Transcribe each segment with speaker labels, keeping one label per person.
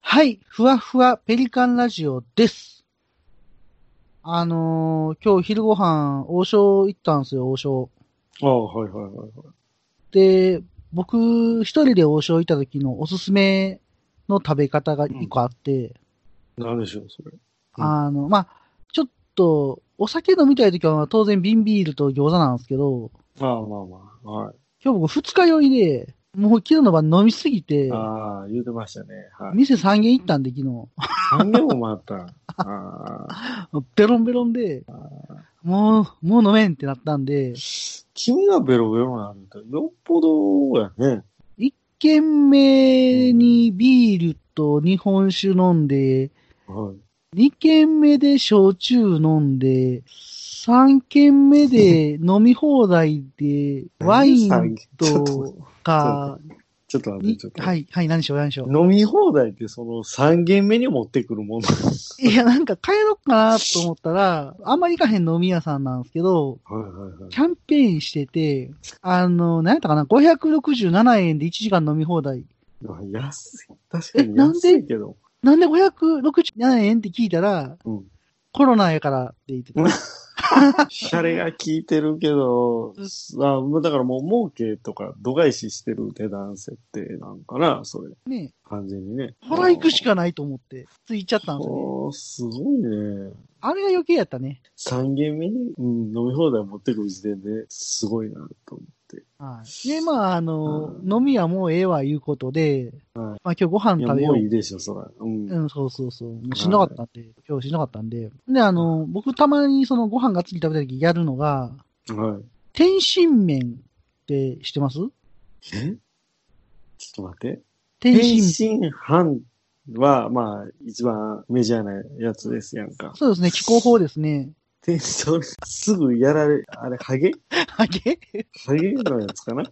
Speaker 1: はい、ふわふわペリカンラジオです。あのー、今日昼ご飯、王将行ったんですよ、王将。
Speaker 2: ああ、はいはいはい。
Speaker 1: で、僕、一人で王将行った時のおすすめの食べ方が一個あって、
Speaker 2: 何でしょう、それ。うん
Speaker 1: あの、まあ、ちょっと、お酒飲みたい時は当然瓶ビールと餃子なんですけど、
Speaker 2: まあまあまあ。はい。
Speaker 1: 今日僕二日酔いで、もう昨日の晩飲みすぎて、
Speaker 2: ああ、言うてましたね。はい。
Speaker 1: 店3軒行ったんで昨日。
Speaker 2: 何でもまた。ああ。
Speaker 1: ベロンベロンで、もう、もう飲めんってなったんで、
Speaker 2: 君がベロベロなんて、よっぽどやね。
Speaker 1: 一軒目にビールと日本酒飲んで、
Speaker 2: はい。
Speaker 1: 二軒目で焼酎飲んで、三軒目で飲み放題で、ワイン
Speaker 2: ちょっと
Speaker 1: とか、
Speaker 2: ちょっと待っ
Speaker 1: に
Speaker 2: て、ちょっと。
Speaker 1: は。い、はい、何しよう、何しよう。
Speaker 2: 飲み放題ってその3軒目に持ってくるもの。
Speaker 1: いや、なんか帰ろっかなと思ったら、あんまり行かへん飲み屋さんなんですけど、
Speaker 2: はいはいはい。
Speaker 1: キャンペーンしてて、あの、何やったかな、567円で1時間飲み放題。
Speaker 2: まあ安い。確か
Speaker 1: え
Speaker 2: に
Speaker 1: なんで
Speaker 2: 安いけど。
Speaker 1: なんで567円って聞いたら、
Speaker 2: うん
Speaker 1: コロナやからって言 ってた。
Speaker 2: シャレが効いてるけど、あもうだからもう儲けとか度外視してる値段設定なんかな、それ。
Speaker 1: ね
Speaker 2: 完全にね。
Speaker 1: ほら行くしかないと思って、ついちゃったんですよね。
Speaker 2: おーすごいね。
Speaker 1: あれが余計やったね。
Speaker 2: 3軒目に、うん、飲み放題持ってくる時点ですごいなと思って。
Speaker 1: はい。で、まあ、あの、
Speaker 2: うん
Speaker 1: 飲みはもうええわいうことで、
Speaker 2: は
Speaker 1: まあ今日ご飯
Speaker 2: いや、
Speaker 1: 食べよ
Speaker 2: も
Speaker 1: う
Speaker 2: うい。いでしょ、そら。うん。
Speaker 1: う
Speaker 2: は
Speaker 1: ん、そうそうそう。もうしんどかったんで、今日しんどかったんで。で、あの、僕たまにそのご飯がっつり食べた時やるのが、
Speaker 2: い。
Speaker 1: 天津麺って知ってます
Speaker 2: えちょっと待って。
Speaker 1: 天
Speaker 2: 天
Speaker 1: 津
Speaker 2: 津飯は、まあ、一番メジャーなやつですやんか。
Speaker 1: そうですね、気候法です ね。
Speaker 2: 天津、すぐやられ、あれ、ハゲ
Speaker 1: あげ
Speaker 2: ハゲのやつかな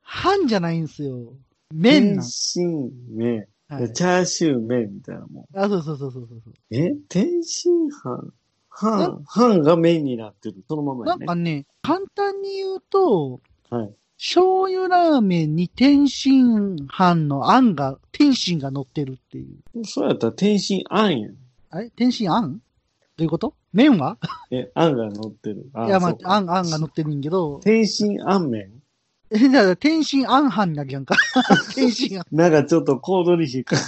Speaker 1: 半じゃないんですよ。麺なん
Speaker 2: 天津麺、
Speaker 1: はい
Speaker 2: チャーシュー麺みたいなもん。
Speaker 1: あ、そうそうそうそうそうそ
Speaker 2: え天津飯飯、飯が麺になってる。そのま
Speaker 1: う。な
Speaker 2: まや
Speaker 1: ん
Speaker 2: ね。
Speaker 1: かね、簡単に言うと、
Speaker 2: はい。
Speaker 1: 醤油ラーメンに天津飯のあんが、天津が乗ってるっていう。
Speaker 2: そうやったら天津あんやん。
Speaker 1: あれ天津あんどういうこと麺は
Speaker 2: え、あんが乗ってる。あ
Speaker 1: いや、ま
Speaker 2: そう
Speaker 1: あ、
Speaker 2: か
Speaker 1: あん、あんが乗ってるんやけど、
Speaker 2: 天津あん麺
Speaker 1: え、だから天津あん飯になるやん か。天津あん。
Speaker 2: なんかちょっとコードに引っかか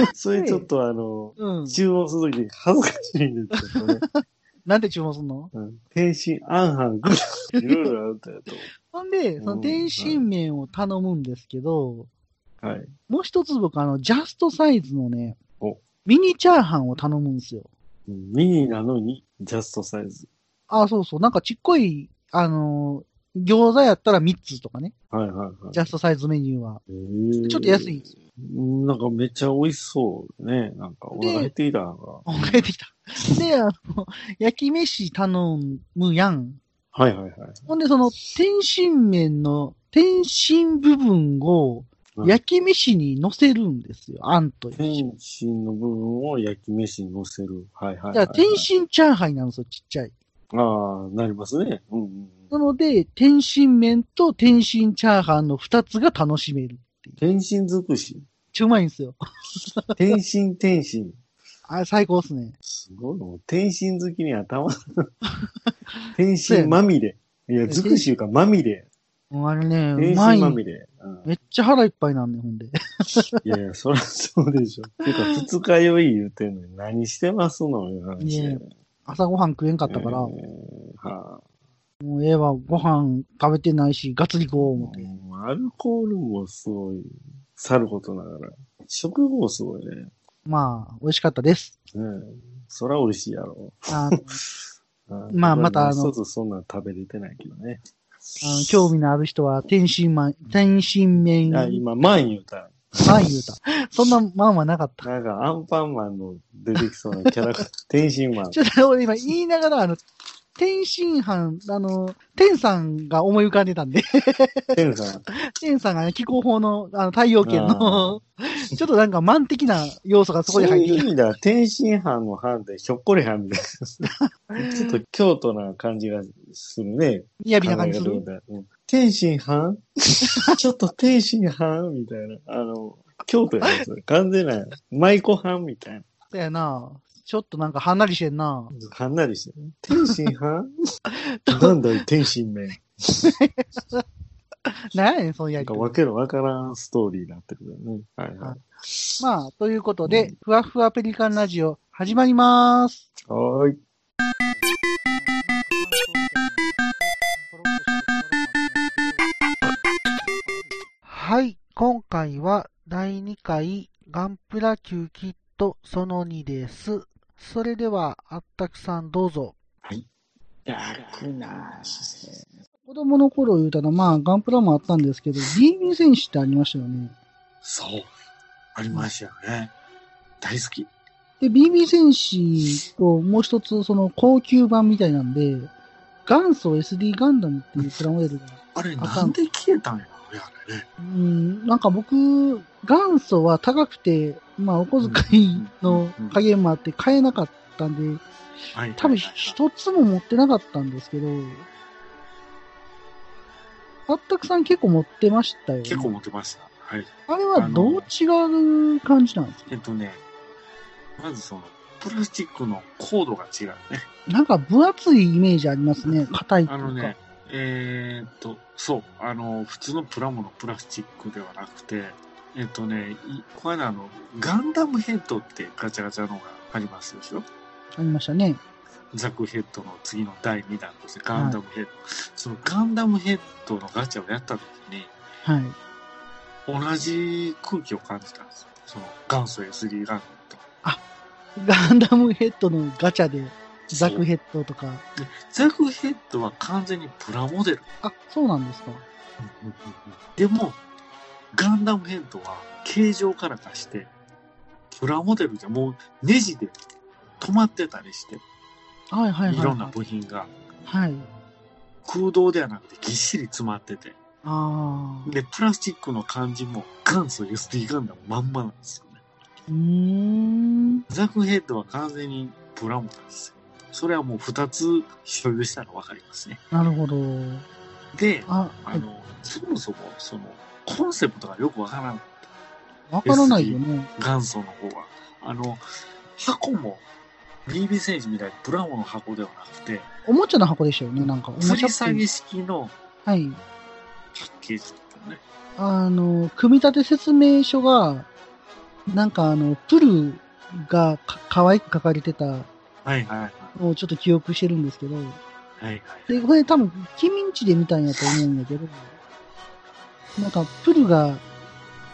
Speaker 2: る。それちょっとあの、
Speaker 1: うん。
Speaker 2: 注文するとき恥ずかしいんですけ どね。
Speaker 1: なんて注文すんの
Speaker 2: うん天津あんはんぐらい。いろいろあったやと。
Speaker 1: ほんで、その天津麺を頼むんですけど、
Speaker 2: はい。
Speaker 1: もう一つ僕、あの、ジャストサイズのね
Speaker 2: お、
Speaker 1: ミニチャーハンを頼むんですよ。
Speaker 2: うんミニなのに、ジャストサイズ。
Speaker 1: あ、そうそう。なんかちっこい、あのー餃子やったら3つとかね。
Speaker 2: はいはいはい。
Speaker 1: ジャストサイズメニューは。
Speaker 2: えー
Speaker 1: ちょっと安いんですよ。
Speaker 2: うんなんかめっちゃ美味しそうね。なんかお腹減ってきたなんか。
Speaker 1: お腹減ってきた。 で、あの、焼き飯頼むやん。
Speaker 2: はいはいはい。
Speaker 1: ほんで、その、天津麺の、天津部分を、
Speaker 2: うん
Speaker 1: 焼き飯に乗せるんですよ。あんと。じ
Speaker 2: 天津の部分を焼き飯に乗せる。はいはいはい、は
Speaker 1: ゃ
Speaker 2: い。
Speaker 1: 天津チャーハイなんですよ、ちっちゃい。
Speaker 2: ああ、なりますね。うんうんう。
Speaker 1: なんので、天津麺と天津チャーハンの2つが楽しめる。
Speaker 2: 天津尽くし。
Speaker 1: ちょうまいんですよ。
Speaker 2: 天津天津。
Speaker 1: あ、最高っすね。
Speaker 2: すごいの。天津好きに頭。 天津まみれ。いや、尽くしいうか、まみれ。
Speaker 1: うんあれね、う
Speaker 2: 天
Speaker 1: まい
Speaker 2: 津まみれ。うん
Speaker 1: めっちゃ腹いっぱいなんね、ほんで。
Speaker 2: いやいや、そらそうでしょ。てか、二日酔い言うてんのに何してますのよ、話
Speaker 1: ね朝ごはん食えんかったから、
Speaker 2: えー
Speaker 1: も
Speaker 2: はあ
Speaker 1: うええわ、ご飯食べてないし、ガッツリ食おう思って。
Speaker 2: もうアルコールもすごい、さることながら。食後もすごいね。
Speaker 1: まあ、美味しかったです。
Speaker 2: ねえそら美味しいやろ。
Speaker 1: あの
Speaker 2: うん
Speaker 1: まあまたあの
Speaker 2: 一つそんなん食べれてないけどね。
Speaker 1: あの興味のある人は、天津まん、天津麺、
Speaker 2: あ
Speaker 1: まん
Speaker 2: 今、マン言うた。
Speaker 1: 言うた。そんなまんはなかった。
Speaker 2: なんか、アンパンマンの出てきそうなキャラクター。天津マ ン。
Speaker 1: ちょっと俺今言いながら、あの、天津飯、あの、天さんが思い浮かんでたんで、
Speaker 2: 天さん。
Speaker 1: 天さんが、ね、気候法の、あの、太陽圏の
Speaker 2: あ、
Speaker 1: ちょっとなんか満的な要素がそこに入って
Speaker 2: そう
Speaker 1: き
Speaker 2: い
Speaker 1: た。
Speaker 2: う意味では、天津飯の飯でひょっこり飯みたいな。ちょっと京都な感じがするね。
Speaker 1: 雅な感じす
Speaker 2: 考え
Speaker 1: る。
Speaker 2: 方がうん天津飯ちょっと天津飯みたいな。あの、京都やな、それ。完全な、舞妓飯みたいな。
Speaker 1: だよな。ちょっとなんかはんなりしてんな。
Speaker 2: はんなりしてる。天津 飯なんだい、天津麺。
Speaker 1: なんやねん、そのや
Speaker 2: なん
Speaker 1: り
Speaker 2: か
Speaker 1: と
Speaker 2: わ
Speaker 1: り。
Speaker 2: けのわからんストーリーになってくるよね。はいは
Speaker 1: まあ、ということで、
Speaker 2: う
Speaker 1: ふわふわペリカンラジオ、始まります。
Speaker 2: い。はーい。
Speaker 1: はい、今回は第2回ガンプラ級キットその2です。それでは、あったくさんどうぞ。
Speaker 2: 楽な姿勢。
Speaker 1: 子供の頃言うたら、まあ、ガンプラもあったんですけど、D2 戦士ってありましたよね。
Speaker 2: そう。ありましたよね。大好き。
Speaker 1: で、BB 戦士ともう一つ、その高級版みたいなんで、元祖 SD ガンダムっていうプラモデルが。
Speaker 2: あれ、
Speaker 1: あ
Speaker 2: な
Speaker 1: かん
Speaker 2: んで消えたんやろね、あれね。
Speaker 1: うん、なんか僕、元祖は高くて、まあ、お小遣いの加減もあって買えなかったんで、
Speaker 2: はい
Speaker 1: 多分
Speaker 2: はいはい
Speaker 1: 一つも持ってなかったんですけど、あったくさん結構持ってましたよ、ね。
Speaker 2: 結構持ってました。はい。
Speaker 1: あれはどう違う感じなんですか
Speaker 2: えっとね、まずその、プラスチックのコードが違うね。
Speaker 1: なんか分厚いイメージありますね。硬いってい
Speaker 2: あ
Speaker 1: うか。
Speaker 2: のね、えーっと、そう、あの、普通のプラモのプラスチックではなくて、えっとね、いこの間あの、ガンダムヘッドってガチャガチャのがありますでしょ
Speaker 1: ありましたね。
Speaker 2: ザクヘッドの次の第2弾としてガンダムヘッド。そのガンダムヘッドのガチャをやった時に、
Speaker 1: はい。
Speaker 2: 同じ空気を感じたんですよ。その元祖 SD ガンダムと。
Speaker 1: ガンダムヘッドのガチャで、ザクヘッドとか。
Speaker 2: ザクヘッドは完全にプラモデル。
Speaker 1: あ、そうなんですか。
Speaker 2: でも、ガンダムヘッドは形状からかして、プラモデルじゃもうネジで止まってたりして、
Speaker 1: はいはいはい。
Speaker 2: いろんな部品が
Speaker 1: はい。
Speaker 2: 空洞ではなくてぎっしり詰まってて、
Speaker 1: ああ。
Speaker 2: で、プラスチックの感じも元祖 SD ガンダムまんまなんですよね。
Speaker 1: うーん。
Speaker 2: ザクヘッドは完全にプラモなんですよ。それはもう2つ所有したらわかりますね。
Speaker 1: なるほど。
Speaker 2: で、
Speaker 1: あ、は
Speaker 2: あ
Speaker 1: い
Speaker 2: の、そもそもそのコンセプトがよくわからん
Speaker 1: わからないよね。
Speaker 2: 元祖の方は。あの、箱も、BB 選手みたいにブラモの箱ではなくて、
Speaker 1: おもちゃの箱でしたよね、なんか。おもちゃ
Speaker 2: 吊
Speaker 1: っ
Speaker 2: り
Speaker 1: ぽ
Speaker 2: 下
Speaker 1: い
Speaker 2: げ式の
Speaker 1: はい。
Speaker 2: パッケージだったね。
Speaker 1: あの、組み立て説明書が、なんかあの、プルがか可愛く書かれてたの
Speaker 2: はいはいはい。
Speaker 1: をちょっと記憶してるんですけど、
Speaker 2: はい
Speaker 1: で、これ多分、君んちで見たんやと思うんだけど、なんか、プルが、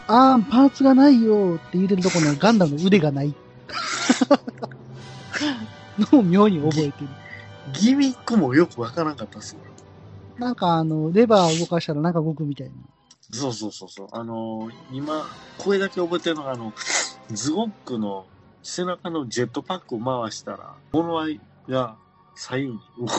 Speaker 1: あー、パーツがないよーって言うてるところのガンダムの腕がない。 のを妙に覚えてる。
Speaker 2: ギミックもよくわからんかったっすよ。
Speaker 1: なんか、あの、レバー動かしたらなんか動くみたいな。
Speaker 2: そうそうそうそう。あのー今、これだけ覚えてるのが、あの、ズゴックの背中のジェットパックを回したら、物合いが左右に動くみ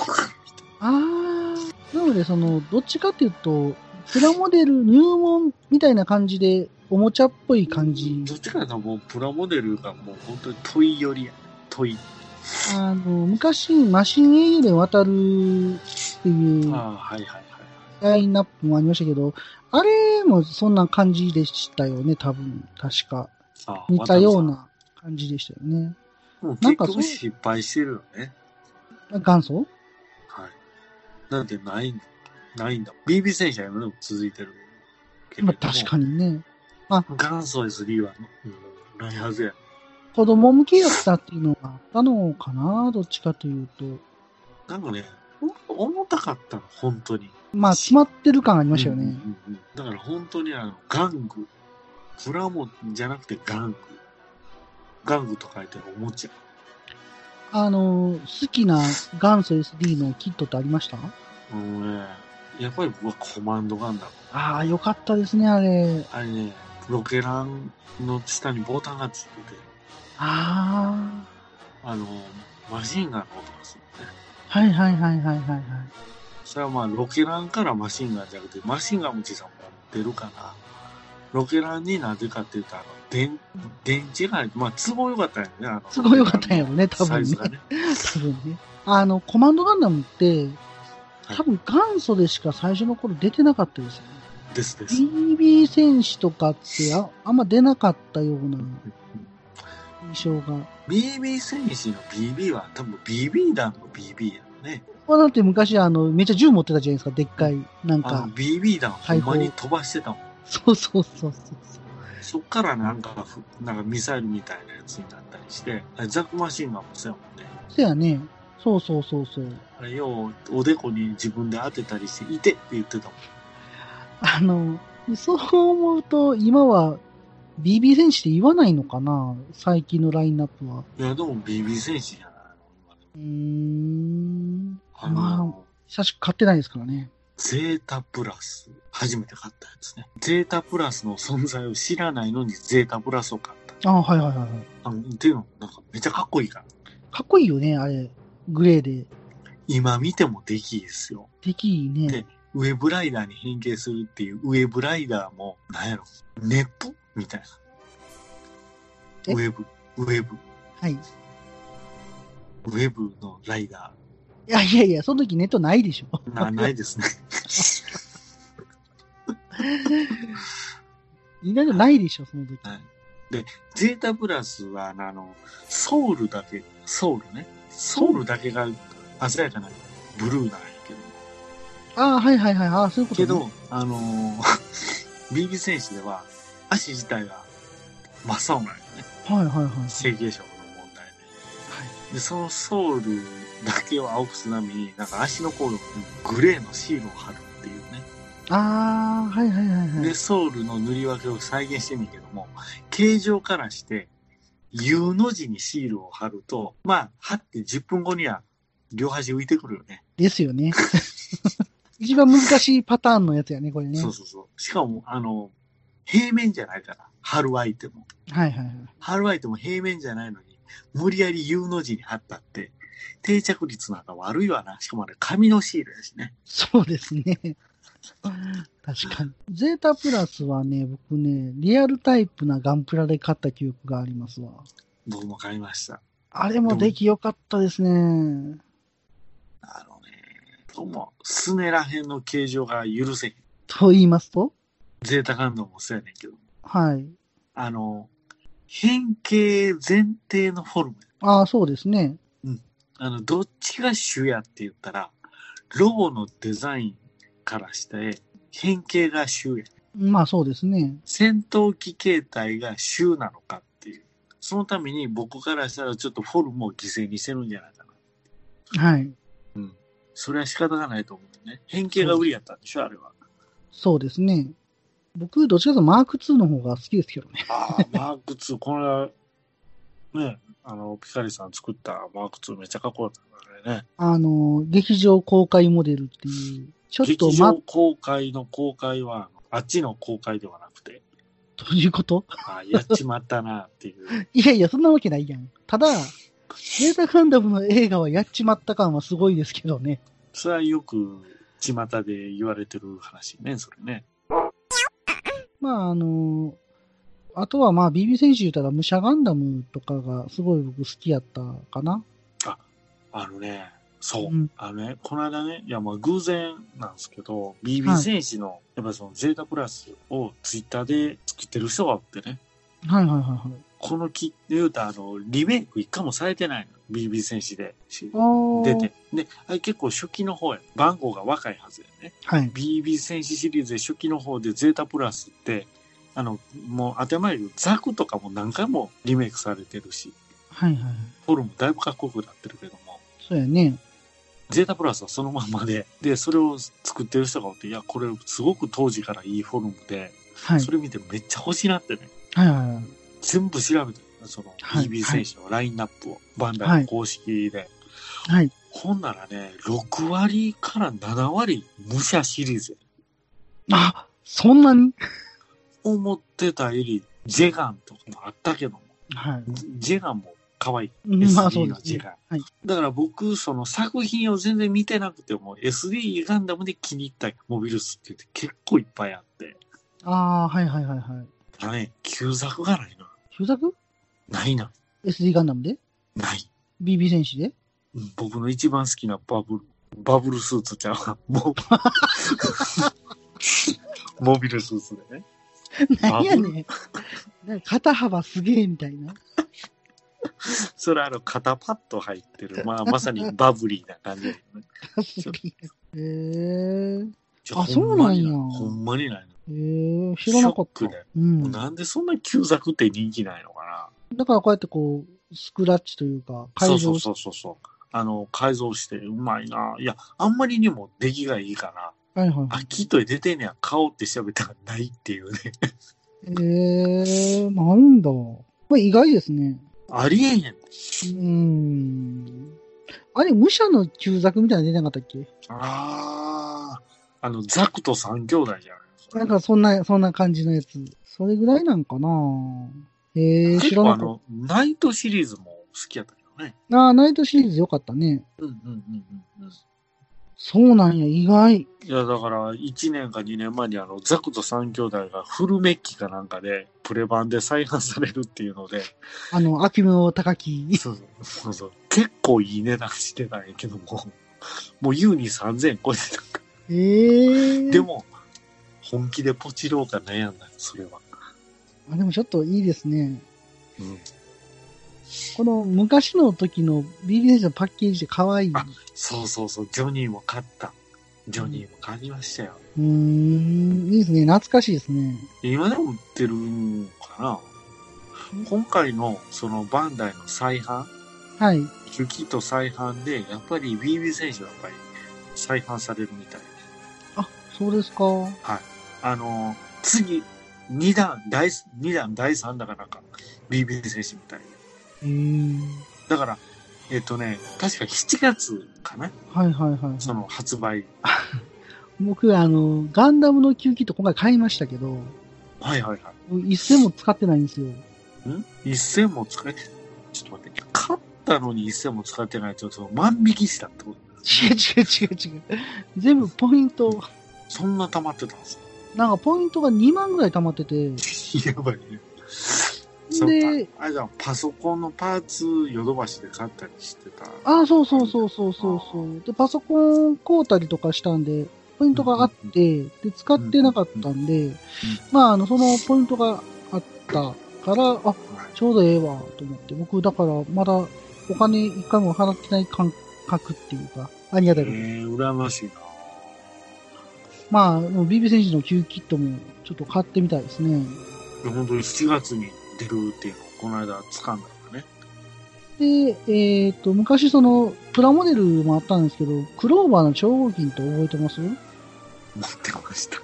Speaker 2: たい
Speaker 1: あー、なので、その、どっちかっていうと、プラモデル入門みたいな感じで、おもちゃっぽい感じ
Speaker 2: な。どっちかというともうプラモデルがもう本当に問いよりや。問い。
Speaker 1: あの、昔、マシン英雄で渡るっていう、
Speaker 2: ああ、はいはいはいはい。
Speaker 1: ラインナップもありましたけど、あれもそんな感じでしたよね、多分、確か。
Speaker 2: ああ
Speaker 1: 似たよう。な感じでしたよね。
Speaker 2: もう
Speaker 1: なん
Speaker 2: 結
Speaker 1: かそう
Speaker 2: 局失敗してるよね。
Speaker 1: 元祖
Speaker 2: はい。なんてないんだ。ないんだ。BB 戦車今でも続いてるけれ
Speaker 1: ま
Speaker 2: ど
Speaker 1: あ
Speaker 2: も。
Speaker 1: 確かにね。
Speaker 2: 元祖 SD は、うん、ないはずや。
Speaker 1: 子供向けやったっていうのがあったのかな、どっちかというと。
Speaker 2: なんかね、ほん重たかったの、本当に。
Speaker 1: まあ、詰まってる感ありましたよ
Speaker 2: うん
Speaker 1: ね。
Speaker 2: うんうんだから本当にあの、玩具。プラモじゃなくて玩具。玩具と書いてるおもちゃ。
Speaker 1: あの、好きな元祖 SD のキットってありました
Speaker 2: うんね、やっぱり僕はコマンドガンダム。
Speaker 1: ああ、よかったですね、あれ。
Speaker 2: あれね、ロケランの下にボタンがついてて。
Speaker 1: あ
Speaker 2: あの、マシンガンの音がするね。
Speaker 1: あ、はいはいはいはいはいはい。
Speaker 2: それはまあ、ロケランからマシンガンじゃなくて、マシンガンも実は持ってるから、ロケランになぜかって言うと、あの、電、電池が、まあ、都合良かったんやね。あの
Speaker 1: すごいよかったんやろね、多
Speaker 2: サイ
Speaker 1: 分ね
Speaker 2: ズ。がね。
Speaker 1: 多分ね。あの、コマンドガンダムって、
Speaker 2: はい
Speaker 1: 多分元祖でしか最初の頃出てなかったですよね。
Speaker 2: ですです。
Speaker 1: BB 戦士とかってああんま出なかったような印象が。
Speaker 2: BB 戦士の BB は多分 BB 団の BB やね。
Speaker 1: これだって昔あの、めっちゃ銃持ってたじゃないですか、でっかい。なん
Speaker 2: あの
Speaker 1: か。
Speaker 2: BB 弾ほんまに飛ばしてたもん。
Speaker 1: そうそうそうそう。
Speaker 2: そっからなんかふ、なんかミサイルみたいなやつになったりして、あれザクマシンガンもそうやもんね。
Speaker 1: そやね。そうそうそうそう。
Speaker 2: あれよう、おでこに自分で当てたりして、いてって言ってたもん。
Speaker 1: あの、そう思うと、今は BB 戦士って言わないのかな最近のラインナップは。
Speaker 2: いや、でも BB 戦士じゃないう
Speaker 1: ーん。
Speaker 2: あの、
Speaker 1: ま久しく買ってないですからね。
Speaker 2: ゼータプラス、初めて買ったやつね。ゼータプラスの存在を知らないのにゼータプラスを買った。
Speaker 1: あはいはいはいはい。
Speaker 2: あの、っていうのもなんかめっちゃかっこいいから。
Speaker 1: かっこいいよね、あれ。グレーで。
Speaker 2: 今見てもできいいですよ。
Speaker 1: 敵いいね
Speaker 2: で。ウェブライダーに変形するっていうウェブライダーも、なんやろ、ネットみたい
Speaker 1: え
Speaker 2: な。ウェブ、ウェブ、
Speaker 1: はい。い
Speaker 2: ウェブのライダ
Speaker 1: やいやいや、その時ネットないでしょ。
Speaker 2: ー。な、ないですね。
Speaker 1: 意外と ないでしょ、その時。
Speaker 2: はい。で、ゼータプラスは、あの、ソウルだけ、ソウルね。ソウルだけが鮮やかなブルーなんやけど。
Speaker 1: ああ、はいはいはい。ああ、そういうこと、
Speaker 2: けど、あの ー、BB 選手では、足自体が真っ青なんよね。
Speaker 1: はいはいはい。はい。
Speaker 2: 成形色の問題で。で、そのソウルだけを青くすために、なんか足の甲にグレーのシールを貼るっていうね。
Speaker 1: ああ、はいはいはいはい
Speaker 2: で、。ソウルの塗り分けを再現してんねんけども、形状からして、U の字にシールを貼ると、まあ、貼って10分後には両端浮いてくるよね。
Speaker 1: ですよね。 一番難しいパターンのやつやね、これね。
Speaker 2: そうそうそう。しかも、あの、平面じゃないから、貼るアイテム。
Speaker 1: はいはいはい。
Speaker 2: 貼るアイテム平面じゃないのに、無理やり U の字に貼ったって、定着率なんか悪いわな。しかもあれ、紙のシールやしね。
Speaker 1: そうですね。確かに。ゼータプラスはね、僕ね、リアルタイプなガンプラで買った記憶がありますわ。
Speaker 2: 僕も買いました。
Speaker 1: あれも出来良かったですね。
Speaker 2: あのね、どうも、スネラ編の形状が許せへん。
Speaker 1: と言いますと
Speaker 2: ゼータ感動もそうやねんけど。
Speaker 1: はい。
Speaker 2: あの、変形前提のフォルム。
Speaker 1: ああ、そうですね。
Speaker 2: あの、どっちが主やって言ったら、ロゴのデザインからして、変形が主や。
Speaker 1: まあそうですね。
Speaker 2: 戦闘機形態が主なのかっていう。そのために僕からしたらちょっとフォルムを犠牲にしてるんじゃないかな。
Speaker 1: はい。
Speaker 2: それは仕方がないと思うね。変形が売りやったんでしょ、あれは。
Speaker 1: そうですね。僕、どっちかというとマーク2の方が好きですけどね。
Speaker 2: ああ、マーク2、これ、ね、あの、ピカリさん作ったマーク2めっちゃかっこよかったからね。
Speaker 1: あの、劇場公開モデルっていう、ちょっと
Speaker 2: 劇
Speaker 1: ま
Speaker 2: 場、公開の公開は、あっちの公開ではなくて、
Speaker 1: ということ
Speaker 2: あやっちまったなっていう。
Speaker 1: いやいや、そんなわけないやん。ただ、ゼータガンダムの映画はやっちまった感はすごいですけどね。
Speaker 2: それはよく巷で言われてる話ね、それね。
Speaker 1: まあ、あのあとはまあ、BB 選手言ったら、武者ガンダムとかがすごい僕好きやったかな。
Speaker 2: あのね、そう。
Speaker 1: うん
Speaker 2: あのね、この間ね、いやまあ偶然なんですけど、
Speaker 1: は
Speaker 2: BB
Speaker 1: い
Speaker 2: 戦士の、やっぱりそのゼータプラスをツイッターで作ってる人がおってね、
Speaker 1: はいはいはいはい。
Speaker 2: このき、言うたらあの、リメイク一回もされてないの。BB 戦士でし
Speaker 1: お
Speaker 2: 出て。。で、あれ結構初期の方や。番号が若いはずやね。
Speaker 1: はい。
Speaker 2: BB 戦士シリーズで初期の方でゼータプラスって、あの、もう当て前よりザクとかも何回もリメイクされてるし、
Speaker 1: はいはいはい。
Speaker 2: フォルムだいぶかっこよくなってるけども、
Speaker 1: そうやね。
Speaker 2: ゼータプラスはそのまんまで、で、それを作ってる人がおって、いや、これすごく当時からいいフォルムで、
Speaker 1: はい。
Speaker 2: それ見てめっちゃ欲しいなってね、
Speaker 1: はいはいはい。
Speaker 2: 全部調べて、その
Speaker 1: はい
Speaker 2: BB 戦士のラインナップを、バンダイの公式で。
Speaker 1: はい。
Speaker 2: ほんならね、6割から7割、武者シリーズや
Speaker 1: あ、そんなに
Speaker 2: 思ってたより、ジェガンとかもあったけども、
Speaker 1: はい。
Speaker 2: ジェガンも可愛い。
Speaker 1: うんまあそう
Speaker 2: SD
Speaker 1: で
Speaker 2: の
Speaker 1: す
Speaker 2: ジ
Speaker 1: ね
Speaker 2: ェ。ガン。
Speaker 1: はい。
Speaker 2: だから僕、その作品を全然見てなくても、SD ガンダムで気に入ったモビルスって言って結構いっぱいあって、
Speaker 1: ああー、はいはいはいはい。
Speaker 2: だね、旧作がないな。
Speaker 1: 旧作
Speaker 2: ないな。
Speaker 1: ?SD ガンダムで
Speaker 2: ない。
Speaker 1: ?BB 戦士で
Speaker 2: うん僕の一番好きなバブル、バブルスーツちゃうわもう。モビルスーツでね。
Speaker 1: 何やねん。なんか肩幅すげえみたいな。
Speaker 2: それあの、肩パッと入ってる。まあ、まさにバブリーな感じ、ね。
Speaker 1: すげえ。へえ。
Speaker 2: ちょ
Speaker 1: あそうなんや
Speaker 2: ほんまにないの。
Speaker 1: へえ、知らなかっ
Speaker 2: シ
Speaker 1: た
Speaker 2: ョックだよ。
Speaker 1: う。
Speaker 2: もうん
Speaker 1: だ
Speaker 2: なんでそんな旧作って人気ないのか
Speaker 1: からこうやってこう、スクラッチというか、
Speaker 2: な。
Speaker 1: 改
Speaker 2: そ
Speaker 1: 造
Speaker 2: うそう
Speaker 1: し
Speaker 2: そうそうそう。あの、改造してうまいな。いや、あんまりにも出来がいいか
Speaker 1: はいはい
Speaker 2: ら、
Speaker 1: は
Speaker 2: あ、きっと出てんねや、顔って調べたらないっていうね。
Speaker 1: い。へえ、なるんだ。これ意外ですね。
Speaker 2: ありえへ
Speaker 1: う
Speaker 2: ん。
Speaker 1: ーん。あれ、武者の旧作みたいなの出てなかったっけ
Speaker 2: ああ、あの、ザクと三兄弟じゃないです
Speaker 1: なんかそんな、そんな感じのやつ。それぐらいなんかなへえ、知
Speaker 2: 結
Speaker 1: ら
Speaker 2: 構
Speaker 1: な
Speaker 2: あ
Speaker 1: かっ
Speaker 2: の、ナイトシリーズも好きやったけどね。
Speaker 1: た。ああー、ナイトシリーズよかったね。
Speaker 2: うんうんうんうんうん。
Speaker 1: そうなんや、意外。
Speaker 2: いや、だから、1年か2年前に、あの、ザクと三兄弟がフルメッキかなんかで、プレ版で再販されるっていうので、
Speaker 1: あの、秋元高き。
Speaker 2: そうそうそうそう、結構いい値段してたんやけども、もう優に3000円超えてたんか
Speaker 1: ええ
Speaker 2: でも、本気でポチろうか悩んだ、それは。
Speaker 1: あ。でもちょっといいですね。
Speaker 2: うん。
Speaker 1: この昔の時の BBS のパッケージで可愛い。
Speaker 2: あそうそうそう、ジョニーも買った。ジョニーも買いましたよ。
Speaker 1: うーん、いいですね。懐かしいですね。
Speaker 2: 今でも売ってるのかな今回のそのバンダイの再販、
Speaker 1: はい。
Speaker 2: 雪と再販で、やっぱり BB 選手はやっぱり再販されるみたい。
Speaker 1: あ、そうですか。
Speaker 2: あの、次、2段、第、二段、第3弾かなんか、BB 選手みたいで。
Speaker 1: ええ。
Speaker 2: だから、えっ、とね、確か7月かな
Speaker 1: はいはいはい。
Speaker 2: その発売。
Speaker 1: 僕、あの、ガンダムの旧キット今回買いましたけど、
Speaker 2: はいはいは
Speaker 1: 一銭も使ってないんですよ。
Speaker 2: い。ん ?1000 も使え、ちょっと待って、買ったのに1000も使ってないと、その万引きしたってこと
Speaker 1: 違う違う違う違う。全部ポイント、
Speaker 2: そんな溜まってたんです
Speaker 1: なんかポイントが2万ぐらい溜まってて、
Speaker 2: やばいね。
Speaker 1: で
Speaker 2: で、あれじゃんパソコンのパーツ、ヨドバシで買ったりしてた。
Speaker 1: あ、そうそうそうそうそうそう。で、パソコン買うたりとかしたんで、ポイントがあって、で、使ってなかったんで、まあ、あの、そのポイントがあったから、あ、ちょうどええわ、と思って。僕、だから、まだお金一回も払ってない感覚っていうか、ありがた
Speaker 2: え
Speaker 1: いことに。
Speaker 2: ー、羨ましいな。
Speaker 1: まあ、BB 選手の旧キットも、ちょっと買ってみたいですね。
Speaker 2: いや本当に7月に出るっていうのをこの間掴んだからね。
Speaker 1: で、えっ、と、昔その、プラモデルもあったんですけど、クローバーの超合金って覚えてます
Speaker 2: 持ってました。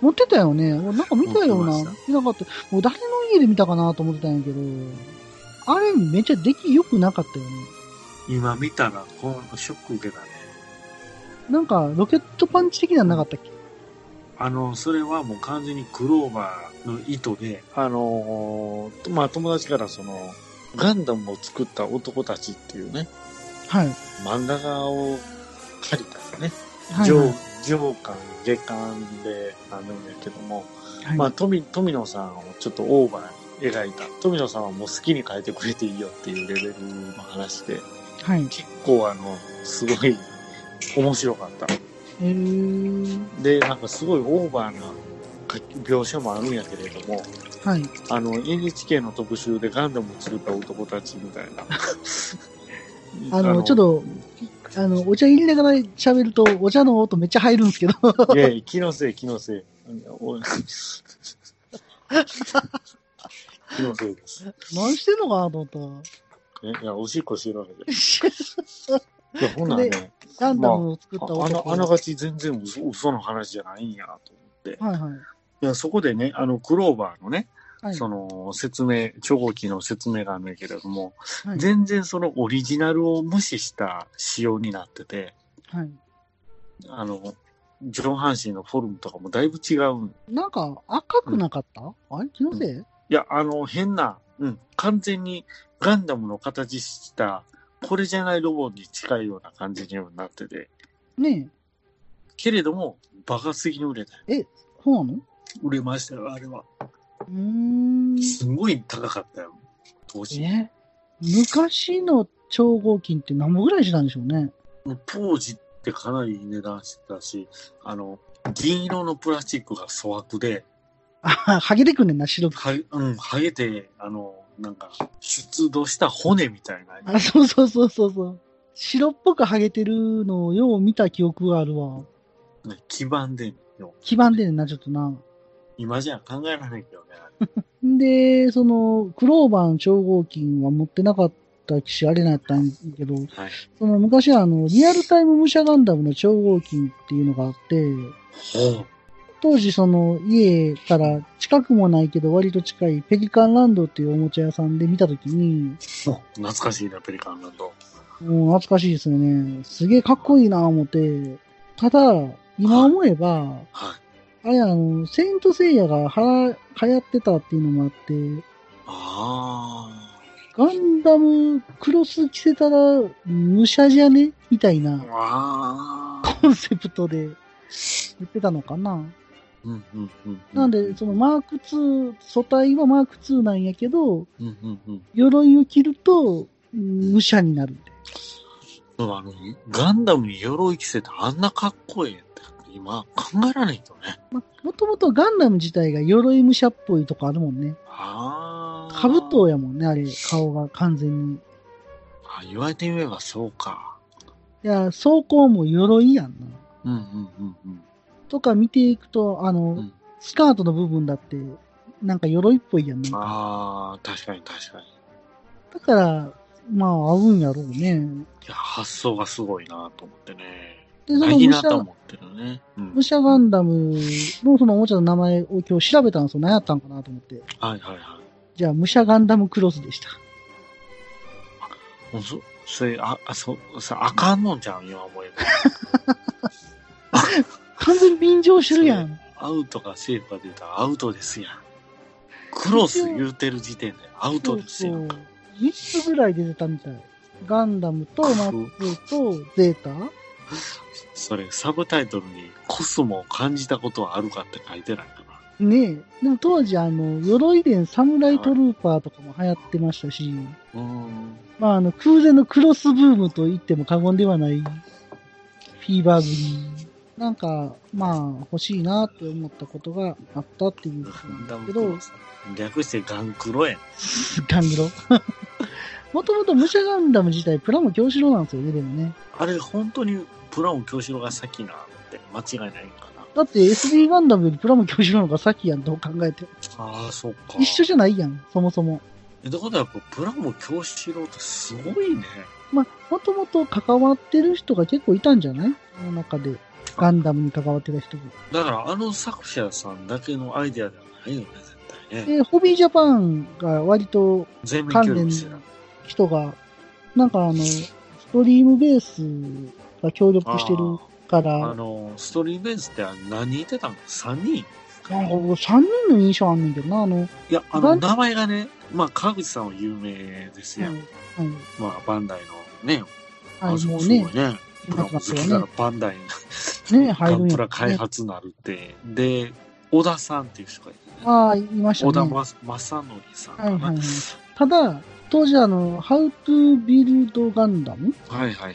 Speaker 1: 持ってたよね。なんか見たよう
Speaker 2: 持
Speaker 1: な
Speaker 2: ってま。
Speaker 1: 見なかった。もう誰の家で見たかなと思ってたんやけど、あれめっちゃ出来良くなかったよね。
Speaker 2: 今見たら、このショック受けたね。
Speaker 1: なんか、ロケットパンチ的なんなかったっけ
Speaker 2: あの、それはもう完全にクローバーの糸で、あのーまあ友達からその、ガンダムを作った男たちっていうね、
Speaker 1: はい。
Speaker 2: 漫画画を借りたらね、
Speaker 1: はい、
Speaker 2: 上上巻、下巻であるんだけども、
Speaker 1: はい
Speaker 2: まあ富富野さんをちょっとオーバーに描いた。富野さんはもう好きに描いてくれていいよっていうレベルの話で、
Speaker 1: はい。
Speaker 2: 結構あの、すごい面白かった。
Speaker 1: えー、
Speaker 2: で、なんかすごいオーバーな描き描写もあるんやけれども、
Speaker 1: はい。
Speaker 2: あの、NHK の特集でガンダムを作った男たちみたいな。
Speaker 1: あの、ちょっと、あの、お茶入れながら喋ると、お茶の音めっちゃ入るんですけど。
Speaker 2: いやいや、気のせい、気の せい。お気のせいです。
Speaker 1: 何してんのかなと 思ったわ
Speaker 2: えいや、おしっこしてるわけで。いや、ほんならね、
Speaker 1: ガンダムを作った
Speaker 2: ああ
Speaker 1: 男。
Speaker 2: のあながち全然嘘嘘の話じゃないんやと思って。
Speaker 1: はいはい。
Speaker 2: いや、そこでね、あの、クローバーのね、
Speaker 1: はい。
Speaker 2: その説明、超合金の説明があるんだけれども、
Speaker 1: はい
Speaker 2: 全然そのオリジナルを無視した仕様になってて、
Speaker 1: はい。
Speaker 2: あの、上半身のフォルムとかもだいぶ違うん。
Speaker 1: なんか、赤くなかった、あれ気のせい、
Speaker 2: いや、あの、変な、うん、完全にガンダムの形した、これじゃないロボに近いような感じになってて、
Speaker 1: ね
Speaker 2: けれども、バカすぎに売れたよ。
Speaker 1: え、そうなの
Speaker 2: 売れましたよ、あれは。
Speaker 1: うーん。
Speaker 2: すごい高かったよ、当時。
Speaker 1: え昔の超合金って何本ぐらいしたんでしょうね。
Speaker 2: 当時ってかなり値段してたし、あの、銀色のプラスチックが粗悪で、
Speaker 1: あははげてくんねんな、白く。
Speaker 2: は、うん、はげて、あの、なんか、出土した骨みたいな。
Speaker 1: あ、そうそうそうそうそう。白っぽくはげてるのをよう見た記憶があるわ。
Speaker 2: 基盤でんよ。
Speaker 1: 黄ばんでんな、ちょっとな。
Speaker 2: 今じゃ考えられないけどね。
Speaker 1: んで、その、クローバン超合金は持ってなかった騎士あれなんやったんやけど、
Speaker 2: はい
Speaker 1: その昔はあの、リアルタイム武者ガンダムの超合金っていうのがあって、
Speaker 2: ほ
Speaker 1: 当時その家から近くもないけど割と近いペリカンランドっていうおもちゃ屋さんで見たときに、
Speaker 2: う。懐かしいな、ペリカンランド。
Speaker 1: もう懐かしいですよね。すげえかっこいいなぁ思って。ただ、今思えば、
Speaker 2: はい。
Speaker 1: あれあの、セイントセイヤがは流行ってたっていうのもあって、
Speaker 2: あ
Speaker 1: ガンダムクロス着せたら武者じゃねみたい
Speaker 2: あ。
Speaker 1: な
Speaker 2: ああ。
Speaker 1: コンセプトで言ってたのかな。
Speaker 2: うんうんうん。
Speaker 1: なんで、そのマーク2、素体はマーク2なんやけど、
Speaker 2: うんうんうん。
Speaker 1: 鎧を着るとうん武者になるみたいな。
Speaker 2: でもあの、ガンダムに鎧着せてあんなかっこいいって、今考えられないけどね。
Speaker 1: まあ、もともとガンダム自体が鎧武者っぽいとこあるもんね。
Speaker 2: ああ。
Speaker 1: カブトやもんね、あれ、顔が完全に。
Speaker 2: あ言われてみればそうか。
Speaker 1: いや、装甲も鎧やんな。
Speaker 2: うんうんうんうん。
Speaker 1: とか見ていくと、あの、
Speaker 2: うん
Speaker 1: スカートの部分だって、なんか鎧っぽいやんね。だ
Speaker 2: ああ、確かに確かに。い
Speaker 1: から、まあ、合うんやろうね。
Speaker 2: や、発想がすごいなと思ってね。
Speaker 1: で、そ
Speaker 2: な
Speaker 1: の
Speaker 2: ぎ
Speaker 1: 武
Speaker 2: なと
Speaker 1: 者、
Speaker 2: 思ってるね。うん
Speaker 1: 武者ガンダムのそのおもちゃの名前を今日調べたんですよ。何やったんかなと思って。
Speaker 2: はいはいはい。
Speaker 1: じゃあ、武者ガンダムクロスでした。
Speaker 2: もうそ、それ、あ、あそ、そ、あかんのんじゃん、今思えば。
Speaker 1: 完全に便乗してるやん。
Speaker 2: アウトかセーフか出たらアウトですやん。クロス言うてる時点でアウトですや
Speaker 1: そ
Speaker 2: ん。
Speaker 1: うそう3つぐらい出てたみたい。ガンダムとマック2とゼータ
Speaker 2: それ、サブタイトルにコスモを感じたことはあるかって書いてないかな。
Speaker 1: ねえ。でも当時、あの、鎧伝サムライトルーパーとかも流行ってましたし、
Speaker 2: うーん。
Speaker 1: まあ、あの、空前のクロスブームと言っても過言ではない、フィーバーぶり。なんか、まあ、欲しいなって思ったことがあったっていうことなん
Speaker 2: ガ
Speaker 1: だ
Speaker 2: ン
Speaker 1: け
Speaker 2: ク
Speaker 1: ど、
Speaker 2: ロス。略してガンクロやん。
Speaker 1: ガングロ。 もともと武者ガンダム自体、プラモ京志郎なんですよね、でもね。
Speaker 2: あれ、本当にプラモ京志郎が先なのって間違いないんかな。
Speaker 1: だって SD ガンダムよりプラモ京志郎の方が先やん、どう考えても。
Speaker 2: ああ、そっか。
Speaker 1: 一緒じゃないやん、そもそも。
Speaker 2: えってことは、やっぱプラモ京志郎ってすごいね。
Speaker 1: まあ、もともと関わってる人が結構いたんじゃないその中で、ガンダムに関わってた人が。
Speaker 2: だから、あの作者さんだけのアイデアではないよね、絶対ね。
Speaker 1: で、ホビージャパンが割と
Speaker 2: 全面協
Speaker 1: 関連
Speaker 2: 力
Speaker 1: の
Speaker 2: してた。
Speaker 1: 人が、なんかあの、ストリームベースが協力してるから、
Speaker 2: あ
Speaker 1: なんか
Speaker 2: の、ストーリーベースってあれ何人いてたの ?3 人
Speaker 1: 3人の印象あんねんけどな、あの、うん
Speaker 2: いや、あ
Speaker 1: バ
Speaker 2: の、
Speaker 1: ン
Speaker 2: 名前がね、まあ、川口さんは有名ですやん。
Speaker 1: うん
Speaker 2: まあ、バンダイのね、
Speaker 1: は
Speaker 2: あ
Speaker 1: い、
Speaker 2: そ
Speaker 1: も
Speaker 2: こ
Speaker 1: う
Speaker 2: すごい
Speaker 1: ね
Speaker 2: ね、。プラモ好きならバンダイ
Speaker 1: ねね
Speaker 2: ガ
Speaker 1: 入るん
Speaker 2: ン
Speaker 1: や
Speaker 2: プラ開発なるって、で、小田さんっていう人がいてね、
Speaker 1: ああ、いました
Speaker 2: 小田
Speaker 1: ね。
Speaker 2: ま正則さんか
Speaker 1: は
Speaker 2: な、
Speaker 1: いはいはい。ただ、当時あの、How to Build Gundam
Speaker 2: はいはいはいは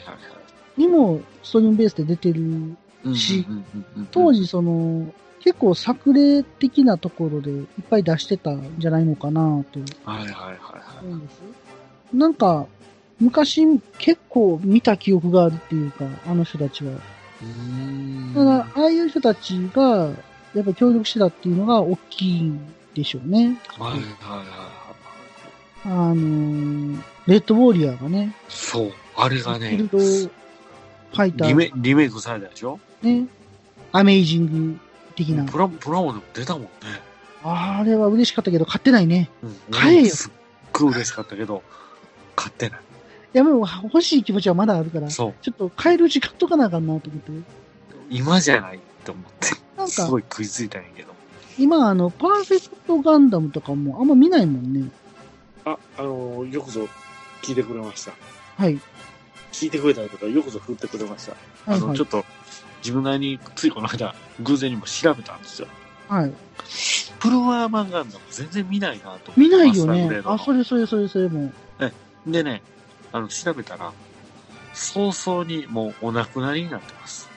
Speaker 2: い。
Speaker 1: にもストリームベースで出てる、
Speaker 2: うんうん
Speaker 1: し
Speaker 2: うんうんうん
Speaker 1: 当時その、結構作例的なところでいっぱい出してたんじゃないのかなと
Speaker 2: はいはいはいは
Speaker 1: 思うんです。なんか、昔結構見た記憶があるっていうか、あの人たちは。
Speaker 2: い。うーん
Speaker 1: ただ、ああいう人たちが、やっぱ協力してたっていうのが大きいんでしょうね。
Speaker 2: はいはいはい。
Speaker 1: あのーレッドウォーリアーがね、
Speaker 2: そう、あれが
Speaker 1: フィー
Speaker 2: ね
Speaker 1: ル、ドファイタ
Speaker 2: リ
Speaker 1: ー、
Speaker 2: メリメイクされたでしょ
Speaker 1: ね、アメイジング的な。
Speaker 2: プラプラモでも出たもんね。
Speaker 1: あれは嬉しかったけど、買ってないね。
Speaker 2: うん、
Speaker 1: 買えよ
Speaker 2: すっごい嬉しかったけど、買ってない。
Speaker 1: いや、もう欲しい気持ちはまだあるから、ちょ
Speaker 2: そう、
Speaker 1: っと買えるうち買っとかなあかんなと思って。
Speaker 2: 今じゃないって思って、
Speaker 1: なん
Speaker 2: す
Speaker 1: か
Speaker 2: ご、い食いついたんやけど。
Speaker 1: 今、あの、パーフェクトガンダムとかもあんま見ないもんね。
Speaker 2: あ、あのよくぞ聞いてくれました。
Speaker 1: はい。
Speaker 2: 聞いてくれたりとか、よくぞ振ってくれました。
Speaker 1: は
Speaker 2: あ
Speaker 1: い、
Speaker 2: の、
Speaker 1: は
Speaker 2: ちょっと、自分なりに、ついこの間、偶然にも調べたんですよ。
Speaker 1: い。はい。
Speaker 2: プロワーマンガンダム全然見ないなと思って。
Speaker 1: 見ないよ
Speaker 2: マスターグレ
Speaker 1: ね
Speaker 2: ー。ドの
Speaker 1: あ、それそれそれそれも。
Speaker 2: でね、あの、調べたら、早々にもうお亡くなりになってます。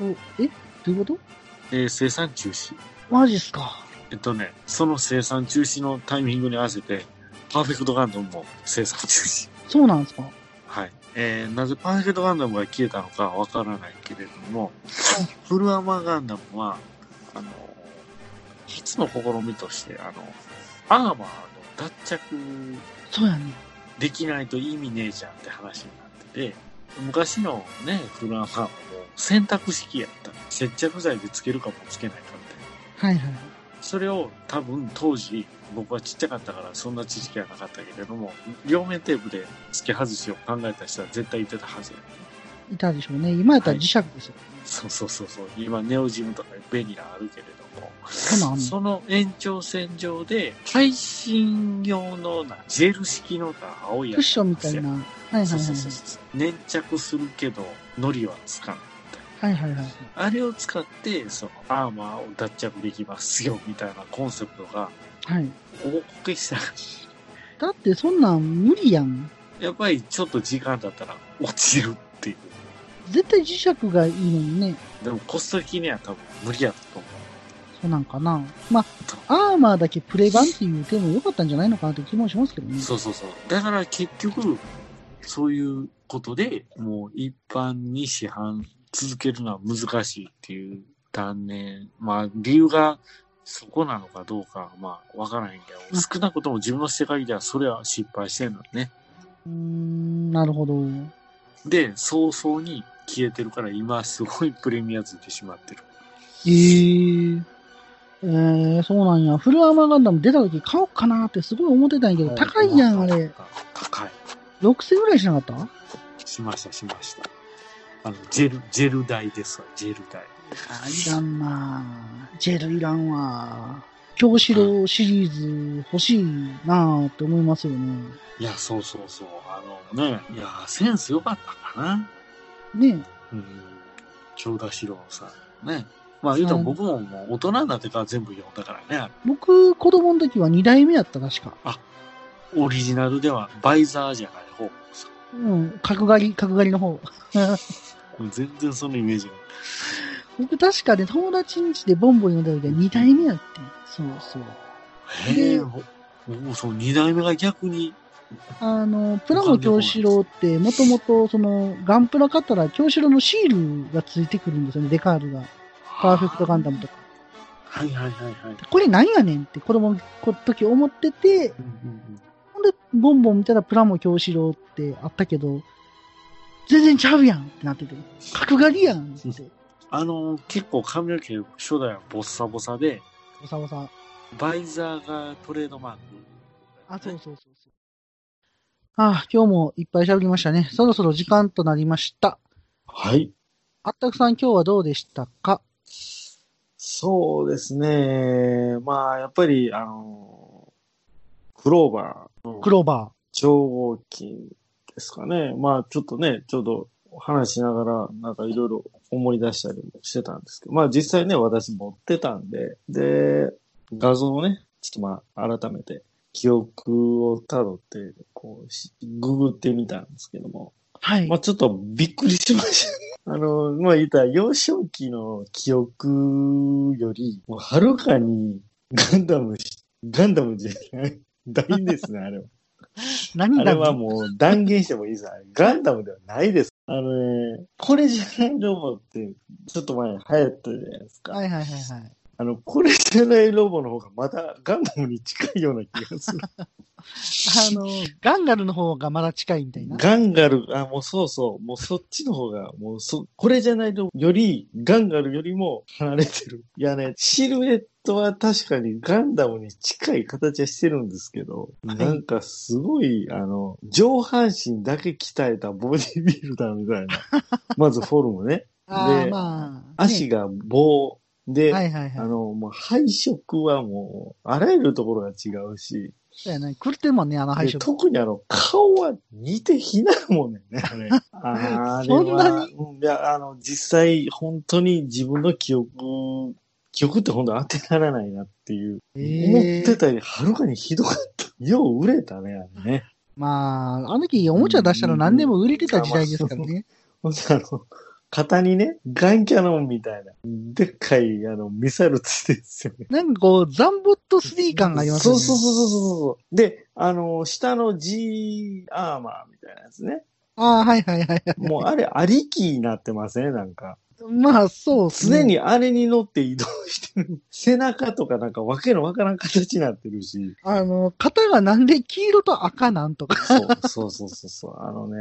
Speaker 1: おえどういうこと
Speaker 2: えー生産中止。
Speaker 1: マジっすか。
Speaker 2: えっとね、その生産中止のタイミングに合わせて、パーフェクトガンダムも生産中止。
Speaker 1: そうなんですか。
Speaker 2: はい。えーなぜパーフェクトガンダムが消えたのかわからないけれども、フルアーマーガンダムは、あの、初の試みとして、あの、アーマーの脱着
Speaker 1: そうやね。
Speaker 2: できないと意味ねえじゃんって話になってて、昔のね、フルアーマーはもう選択式やった。接着剤でつけるかもつけないかみたいな。
Speaker 1: はいはい。
Speaker 2: それを多分当時僕はちっちゃかったからそんな知識はなかったけれども両面テープで付け外しを考えた人は絶対いてたはずや
Speaker 1: いたでしょうね。今やったら磁石ですよ。
Speaker 2: そうそうそうそう今ネオジムとか便利なのあるけれども
Speaker 1: そんなんあんの
Speaker 2: その延長線上で最新用のなジェル式のな青いや
Speaker 1: クッ
Speaker 2: つ
Speaker 1: ションみたいな。はいはい
Speaker 2: そ
Speaker 1: は
Speaker 2: う
Speaker 1: い
Speaker 2: そうそうそう粘着するけど糊はつかない
Speaker 1: はいはいはい。
Speaker 2: あれを使ってそのアーマーを脱着できますよみたいなコンセプトが
Speaker 1: はい。
Speaker 2: 大こけした
Speaker 1: だってそんなん無理やん。
Speaker 2: やっぱりちょっと時間だったら落ちるっていう。
Speaker 1: 絶対磁石がいいのにね。
Speaker 2: でもコスト的には多分無理やったと思
Speaker 1: そうなんかな。まあ、アーマーだけプレ版っていう手も良かったんじゃないのかなって気もしますけど
Speaker 2: う。
Speaker 1: ね。
Speaker 2: そうそうそう。だから結局、そういうことでもう一般に市販続けるのは難しいっていう断念。まあ理由がそこなのかどうかはまあわからないけ
Speaker 1: う
Speaker 2: ど、
Speaker 1: ん
Speaker 2: 少なくとも自分の世界ではそれは失敗してるのね。
Speaker 1: うーん、なるほど。
Speaker 2: で、早々に消えてるから今すごいプレミアついてしまってる。
Speaker 1: えー。えー、そうなんや。フルアーマーガンダム出た時買おうかなってすごい思ってたんやけど、高いやん、あれ。。
Speaker 2: 高い。
Speaker 1: 6000ぐらいしなかった
Speaker 2: しました、しました。あの、ジェル、ジェル代ですわ、ジェル代。
Speaker 1: あいらんなぁジェルいらんわぁ京四郎シリーズ欲しいなぁって思いますよね。
Speaker 2: いや、そうそうそう。あのね、いや、センス良かったかな。
Speaker 1: ね
Speaker 2: うん。京田四郎さん。ね。まあ、言うと
Speaker 1: うん
Speaker 2: 僕ももう大人になってから全部読んだからね。
Speaker 1: 僕、子供の時は2代目やった、確か。
Speaker 2: オリジナルではバイザーじゃない方。
Speaker 1: うん、角刈り、角刈りの方。
Speaker 2: もう全然そのイメージが。
Speaker 1: 僕、確かね、友達ん家でボンボン読んだ時は2代目やって。そうそう。
Speaker 2: へえ、
Speaker 1: ね
Speaker 2: もうその二代目が逆に、
Speaker 1: あの、プラモ京四郎って、もともと、その、ガンプラ買ったら、京四郎のシールがついてくるんですよね、デカールが。パーフェクトガンダムとか。
Speaker 2: はいはいはいはい。
Speaker 1: これなんやねんって、子供の時思ってて、
Speaker 2: うんうん
Speaker 1: ほんで、ボンボン見たらプラモ京志郎ってあったけど、全然ちゃうやんってなってて、角刈りやんって、
Speaker 2: あの、結構髪の毛初代はボッサボサで、
Speaker 1: おさおさ。
Speaker 2: バイザーがトレードマーク。
Speaker 1: あ、そうそうそうそう。ああ、今日もいっぱい喋りましたね。そろそろ時間となりました。
Speaker 2: はい。
Speaker 1: あったくさん今日はどうでしたか
Speaker 2: そうですね。まあ、やっぱり、あの、クローバーの
Speaker 1: クローバ
Speaker 2: 超合金ですかね。まあ、ちょっとね、ちょうど話しながら、なんかいろいろ思い出したりもしてたんですけど、まあ実際ね、私持ってたんで、で、画像をね、ちょっとまあ改めて記憶をたどって、こうし、ググってみたんですけども、
Speaker 1: ー。はい
Speaker 2: まあ。ちょっとびっくりしました。 あの、まあ言ったら幼少期の記憶より、もうはるかにガンダムし、ガンダムじゃない。大ですね、あれは。
Speaker 1: 何
Speaker 2: あれ
Speaker 1: が
Speaker 2: はもう断言してもいいです。あれガンダムではないです。あのね、これじゃないロボって、ちょっと前に流行ったじゃないですか。
Speaker 1: はいはいはいはい。
Speaker 2: あの、これじゃないロボの方がまだガンダムに近いような気がする。
Speaker 1: あの、ガンガルの方がまだ近いみたいな。
Speaker 2: ガンガル、あ、もうそうそう、もうそっちの方が、もうそ、これじゃないロボより、ガンガルよりも離れてる。いやね、シルエットは確かにガンダムに近い形はしてるんですけど、
Speaker 1: はい
Speaker 2: なんかすごい、あの、上半身だけ鍛えたボディビルダーみた いな。まずフォルムね。
Speaker 1: ああ、
Speaker 2: で
Speaker 1: まあ。
Speaker 2: 足
Speaker 1: ね
Speaker 2: が棒で、
Speaker 1: はいはい
Speaker 2: あ
Speaker 1: はい。
Speaker 2: の、もう配色はもう、あらゆるところが違うし、
Speaker 1: そうやね。狂ってるもんね、あの配
Speaker 2: で
Speaker 1: 色。
Speaker 2: 特にあの、顔は似て非なるもんね。あ れあれは
Speaker 1: そんなに
Speaker 2: うんいや、あの、実際、本当に自分の記憶、記憶って本当当てられないなっていう。
Speaker 1: え
Speaker 2: 思っ
Speaker 1: ー
Speaker 2: てたよりはるかにひどかった。よう売れたね、あれね。
Speaker 1: まあ、あの時おもちゃ出したら何でも売れてた時代ですからね。
Speaker 2: ほんであの、型にね、ガンキャノンみたいな、でっかい、あの、ミサイルついてるんですよね。
Speaker 1: なんかこう、ザンボット3感がありますよね。
Speaker 2: そうそうそうそうそう。で、あの、下の G アーマーみたいなやつね。
Speaker 1: ああ、はいはいはいはい。
Speaker 2: もうあれ、ありきになってません、ね、なんか。
Speaker 1: まあ、そうっすね
Speaker 2: 常。にあれに乗って移動してる。背中とかなんかわけのわからん形になってるし。
Speaker 1: あの、型がなんで黄色と赤なんとか。
Speaker 2: そうそうそうそうそう。あのね、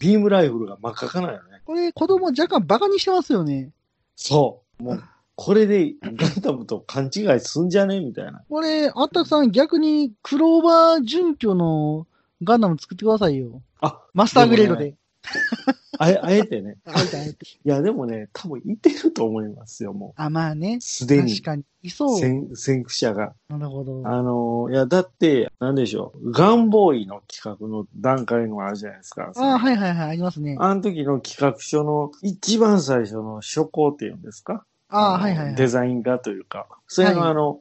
Speaker 2: ビームライフルが真っ赤かなよね。
Speaker 1: これ、子供若干バカにしてますよね。
Speaker 2: そう。もう、これでガンダムと勘違いすんじゃねみたいな。
Speaker 1: これ、あったくさん逆に、クローバー準拠のガンダム作ってくださいよ。
Speaker 2: あ、
Speaker 1: マスターグレードで。
Speaker 2: あえ、あえてね。
Speaker 1: あえてあえて
Speaker 2: いや、でもね、多分いてると思いますよ、も
Speaker 1: あ、まあね
Speaker 2: う。。すでに
Speaker 1: 確。かに。いそう。
Speaker 2: 先先駆者が。
Speaker 1: なるほど。
Speaker 2: あのーいや、だって、なんでしょう。ガンボーイの企画の段階のあるじゃないですか。
Speaker 1: ああ、はいはいはい、ありますね。あ
Speaker 2: あの時の企画書の一番最初の初稿っていうんですか
Speaker 1: あー、
Speaker 2: あの
Speaker 1: はいはいは
Speaker 2: デ
Speaker 1: い。
Speaker 2: ザイン画というか、それの
Speaker 1: はい
Speaker 2: あの、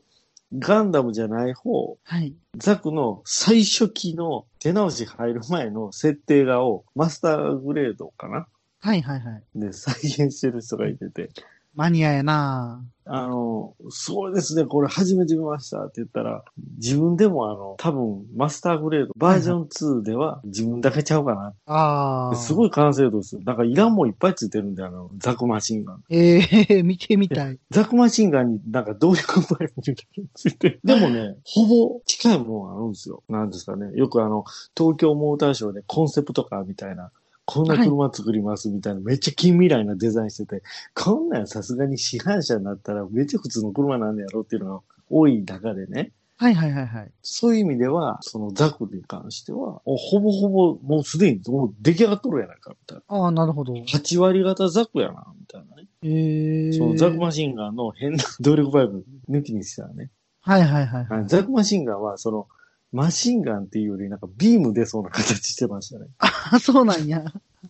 Speaker 2: ガンダムじゃない方、
Speaker 1: はい。
Speaker 2: ザクの最初期の手直し入る前の設定画をマスターグレードかな
Speaker 1: はいはいはい。
Speaker 2: で再現してる人がいてて、
Speaker 1: マニアやな
Speaker 2: あの、すごいですね、これ初めて見ましたって言ったら、自分でもあの、多分マスターグレードバージョン2では自分だけちゃうかな。
Speaker 1: ああ。
Speaker 2: すごい完成度ですよ。なんかイランもいっぱいついてるんで、あの、ザクマシンガン。
Speaker 1: ええ 見てみたい。
Speaker 2: ザクマシンガンになんか動力バイブみたいなのついて。でもね、ほぼ近いものがあるんですよ。なんですかね。よくあの、東京モーターショーでコンセプトカーみたいな、こんな車作りますみたいな、めっちゃ近未来なデザインしてて、こんなんさすがに市販車になったらめっちゃ普通の車なんやろっていうのが多い中でね。
Speaker 1: はいはいはいはい。
Speaker 2: そういう意味では、そのザクに関しては、おほぼほぼもうすでにもう出来上がっとるやないか、みたいな。
Speaker 1: ああ、なるほど。
Speaker 2: 8割型ザクやな、みたいなね。
Speaker 1: ええ
Speaker 2: そのザクマシンガンの変な動力バイブ抜きにしたらね。
Speaker 1: はいはいはい
Speaker 2: あ
Speaker 1: はい。
Speaker 2: のザクマシンガンは、その、マシンガンっていうより、なんかビーム出そうな形してましたね。
Speaker 1: あ、そうなんや。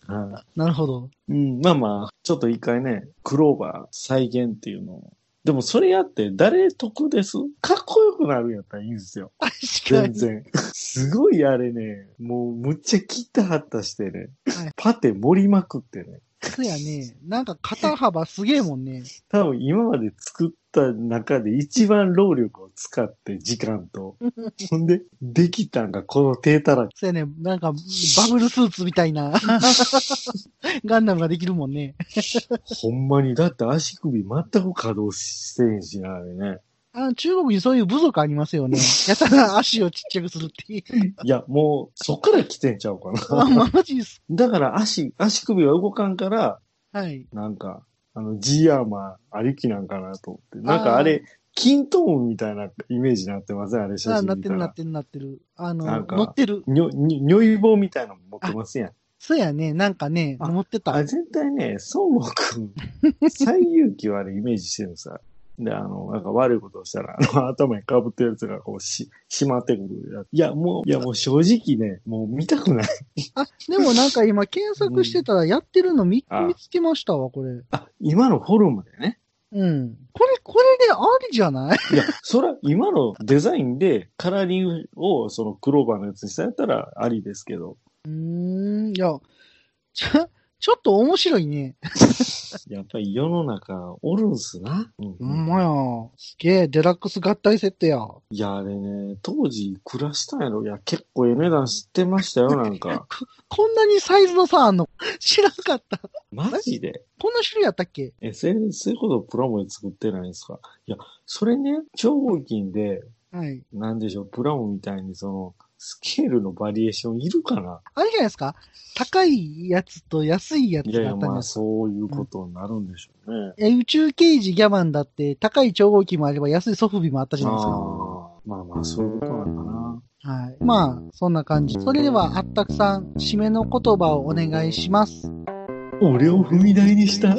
Speaker 2: は
Speaker 1: なるほど。
Speaker 2: いうん、まあまあ、ちょっと一回ね、クローバー再現っていうのを。でもそれやって誰得ですかっこよくなるんやったらいいんですよ。
Speaker 1: 確か
Speaker 2: 全
Speaker 1: に。
Speaker 2: 然。すごいあれね、もうむっちゃ切ったはったしてね
Speaker 1: はい、
Speaker 2: パテ盛りまくってね。
Speaker 1: そうやね。なんか肩幅すげえもんね。
Speaker 2: 多分今まで作った中で一番労力を使って時間と。ほんで、できたんがこの手たらく。
Speaker 1: そうやね。なんかバブルスーツみたい なガンダムができるもんね。
Speaker 2: ほんまに、だって足首全く稼働してへんしな、あれね。
Speaker 1: あ中国にそういう部族ありますよね。やたら足をちっちゃくするって いう。
Speaker 2: いや、もう、そっから来てんちゃうか
Speaker 1: あ、
Speaker 2: な。
Speaker 1: まあ、マジです。
Speaker 2: だから足、足首が動かんから、
Speaker 1: はい。
Speaker 2: なんか、あの、G アーマーありきなんかなと思って。なんかあれ、キントーンみたいなイメージになってませんあれ、写
Speaker 1: あ
Speaker 2: 真
Speaker 1: なっ
Speaker 2: 見
Speaker 1: て
Speaker 2: た
Speaker 1: るなっ
Speaker 2: ら。
Speaker 1: てるなってる。あの、
Speaker 2: なんか
Speaker 1: 乗ってる。
Speaker 2: にょ、に、如意棒みたいなの持ってますやん。
Speaker 1: そうやね。なんかね、
Speaker 2: あ
Speaker 1: 乗ってた。
Speaker 2: あ、絶対ね、孫悟空、最勇気をあれイメージしてる さ。で、あの、なんか悪いことをしたら、あの、頭に被ってるやつがこうし、しまってくるやつ。いや、もう、いや、もう正直ね、もう見たくない。
Speaker 1: あ、でもなんか今検索してたらやってるの見,、
Speaker 2: うんあ
Speaker 1: 見つけましたわ、これ。
Speaker 2: あ、今のフォルムでね。
Speaker 1: うん。これ、これでありじゃない
Speaker 2: いや、そら、今のデザインでカラーリングをそのクローバーのやつにされたらありですけど。
Speaker 1: うーん、いや、ちょ、ちょっと面白いね。
Speaker 2: やっぱり世の中おるんすな。うん
Speaker 1: ほんまや。すげえ、デラックス合体セットや。
Speaker 2: いや、あれね、当時暮らしたんやろ。いや、結構ええ値段知ってましたよ、なんか。
Speaker 1: こんなにサイズの差あんの 知らんかった。
Speaker 2: マジで。
Speaker 1: こんな種類やったっけ
Speaker 2: SNS そういうことプラモで作ってないんですかいや、それね、超合金で、
Speaker 1: はい。
Speaker 2: なんでしょう、プラモみたいにその、スケールのバリエーションいるかな
Speaker 1: あれじゃないですか高いやつと安いやつ
Speaker 2: いやい
Speaker 1: だ
Speaker 2: や、
Speaker 1: ったん
Speaker 2: ま
Speaker 1: で
Speaker 2: あ
Speaker 1: す。
Speaker 2: そういうことになるんでしょうね。
Speaker 1: え宇宙刑事ギャマンだって高い超合金もあれば安いソフビもあったじゃ
Speaker 2: あ
Speaker 1: ないですか。
Speaker 2: あ、まあまあそういうことなのかな。
Speaker 1: はい。まあ、そんな感じ。それでは、あったくさん、締めの言葉をお願いします。
Speaker 2: 俺を踏み台にした。